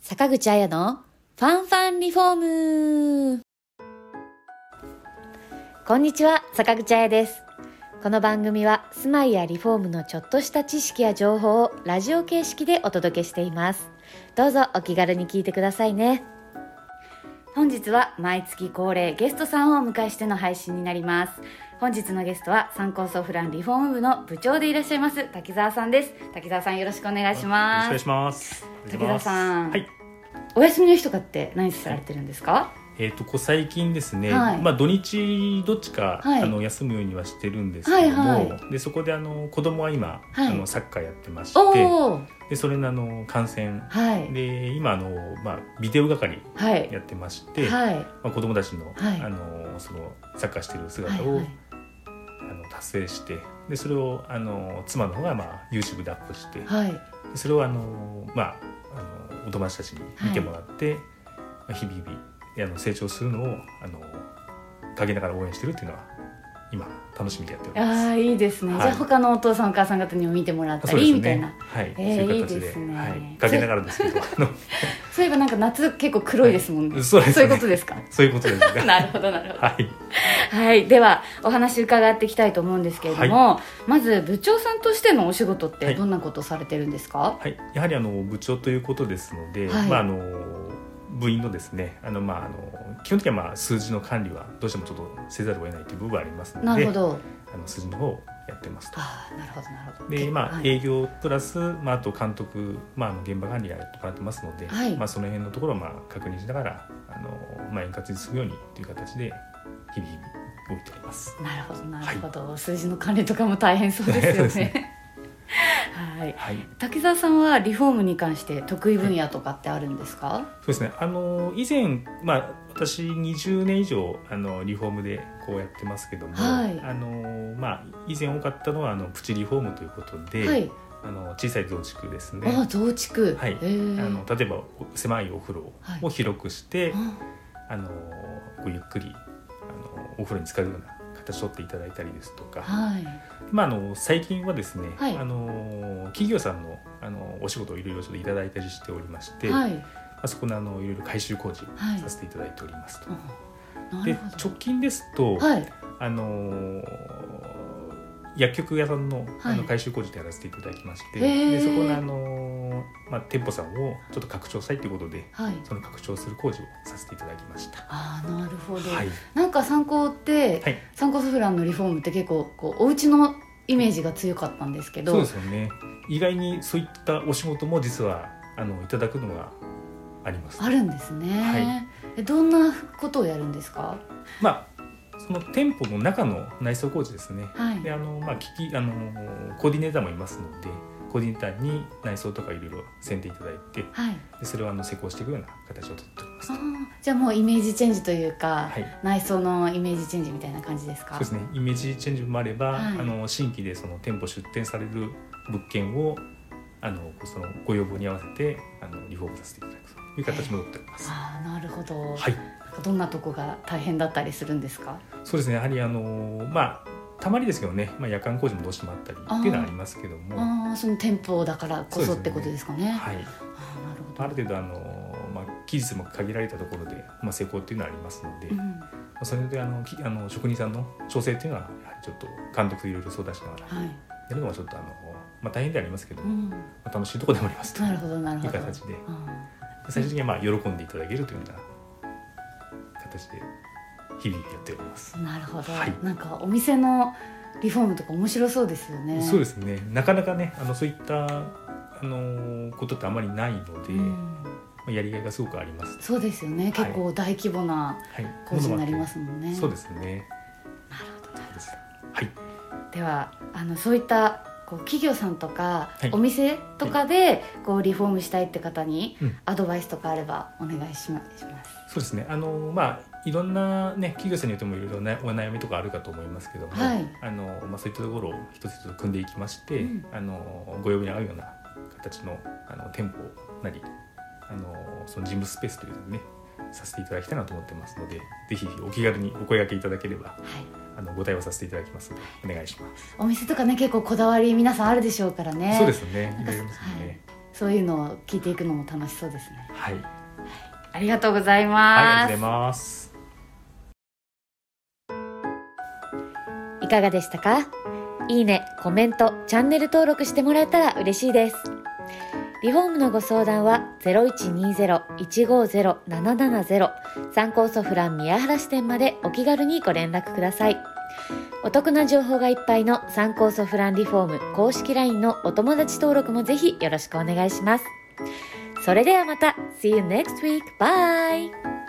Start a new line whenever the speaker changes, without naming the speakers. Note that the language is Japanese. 坂口彩のファンファンリフォームこんにちは坂口彩ですこの番組は住まいやリフォームのちょっとした知識や情報をラジオ形式でお届けしていますどうぞお気軽に聞いてくださいね
本日は毎月恒例ゲストさんをお迎えしての配信になります本日のゲストは三高ソフランリフォーム部の部長でいらっしゃいます滝沢さんです滝沢さんよろしくお願いしま
お願い
す
します。
滝沢さん
はい。
お休みの日とかって何されてるんですか
えっ、とこう最近ですね、
はい
まあ土日どっちか、
はい
あの休むようにはしてるんですけども、
はいは
でそこであの子供は今、
はい
あのサッカーやってまして、
おおー
でそれのあの観戦
はい
で今あのまあビデオ係
はい
やってまして、
はい
まあ子供たちの、
はい
あのそのサッカーしてる
はい
姿を、
はい
あの達成して、でそれをあの妻の方がまあ YouTube でアップして、
はい
それをあのまああのお友達たちに見てもらって、まあ日々々あの成長するのをあの陰ながら応援してるっていうのは今楽しみでやっております。
ああいいですね、
はい
じゃあ他のお父さんお母さん方にも見てもらった
そうで
り
すね
みたいな
はい、
えー
そういう形
いい
で
ですね
はい、陰ながらですけ ど、あの
そういえばなんか夏結構黒いですもんね、
はいそうですね
いうことですか
そういうことですね。
なるほどなるほど
はい、
はいではお話伺っていきたいと思うんですけれども、まず部長さんとしてのお仕事っ
は
て
い
どんなことされてるんですか、
はい、やはりあの部長ということですので、
はい
まああの部員のですね、あのまああの基本的にはまあ数字の管理はどうしてもちょっとせざるを得ないという部分はありますの
な
で、
るほど
あの数字の方をやってますと。
ああなるほどなるほど
でまあ
はい
営業プラス、まあ、あと監督、まあ、あの現場管理やってもらってますので、
はい
まあ、その辺のところをまあ確認しながらあの、まあ、円滑に進むようにという形で日々動いております。
なるほどなるほど、数字の管理とかも大変そうですよ
そうです
ねはい
はい、
滝沢さんはリフォームに関して得意分野とかってあるんですか、
そうですねあの以前、まあ、私20年以上あのリフォームでこうやってますけども、
はい
あのまあ、以前多かったのはあのプチリフォームということで、
はい、
あの小さい増築ですね
ああ増築
はい
へ
あ
え
の例えばお狭いお風呂を広くして、
あ
あのこうゆっくりあのお風呂に浸かるような形を取っていただいたりですとか、
はい
まあ、あの最近はですね、
はい
あの企業さんのあのお仕事をいろいろちょっといただいたりしておりまして、
は
ま
い
あ、そこのあのいろいろ改修工事
はい
させていただいておりますと。
あな
で
るほど
直近ですと、
はい
あの薬局屋さんの,、
はい
あの改修工事でやらせていただきまして
へー
でそこのあの、まあ、店舗さんをちょっと拡張したいということで
はい
その拡張する工事をさせていただきました。
ああなるほど、
はい
なんか参考って、
はい
参考ソフランのリフォームって結構こうお家のイメージが強かったんですけど
そうですよね意外にそういったお仕事も実はあのいただくのがあります、
あるんですね、
はい
えどんなことをやるんですか
まあその店舗の中の内装工事ですね
はい
であの、まあ、聞きあのコーディネーターもいますのでコーディネーターに内装とかいろいろ選定いただいて
はい
でそれをあの施工していくような形をとっております
あーじゃあもうイメージチェンジというか、
はい
内装のイメージチェンジみたいな感じですか
そうですねイメージチェンジもあれば、
はい
あの新規でその店舗出店される物件をあのそのご要望に合わせてあのリフォームさせていただくという形もとっております。
ああなるほど、
はい
なんかどんなとこが大変だったりするんですか
そうですねやはりあのまあたまにですけどね、まあ、夜間工事もどうしてもあったりっていうのはありますけども、
ああその店舗だからこそ
そうです
っ
ね
てことですかね
はい、
ああなるほど
ある程度あの、まあ、期日も限られたところで、まあ、施工っていうのはありますので、
う
ま
ん
あそれであのきあの職人さんの調整っていうのはやはりちょっと監督といろいろ相談しながらや
はい、
るのはちょっとあの、まあ、大変ではありますけど
う
も、
ん、
まあ楽しいところでもありますと
なるほどなる
い
ほ
う
ど
形で
うん
最終的にはまあ喜んでいただけるというような形で日々やっております。
なるほど、
はい
なんかお店のリフォームとか面白そうですよね。、
そうですすねなかなかねあのそういったあのことってあまりないので、
うん、
まあやりがいがすごくあります、
そうですよね。
はい
結構大規模な
はい、
工事になりますもんね。
そうですね
なるほどなる
ですはい
ほど。ではあのそういったこう企業さんとか、
はい
お店とかでこうリフォームしたいって方に
うん
アドバイスとかあればお願いしまします。
そうですねあのまあいろんなね企業さんによってもいろいろなお悩みとかあるかと思いますけども、
はい
あのまあ、そういったところを一つ一つ組んでいきまして、
うん
あのご要望に合うような形のあの店舗なりあのその事務スペースというのをねさせていただきたいなと思ってますのでぜひお気軽にお声掛けいただければ
はい。
あのご対応させていただきますのでお願いします。
お店とかね結構こだわり皆さんあるでしょうからね。
そうですね。
ないんか
ろいろですね。
そういうのを聞いていくのも楽しそうですね
はい、はい、
ありがとうござい
あ
ます
りがとうございます。
いかがでしたかいいね、コメント、チャンネル登録してもらえたら嬉しいです。リフォームのご相談は0120-150-770参考ソフラン宮原支店までお気軽にご連絡ください。お得な情報がいっぱいの参考ソフランリフォーム公式 LINE のお友達登録もぜひよろしくお願いします。それではまた See you next week! Bye!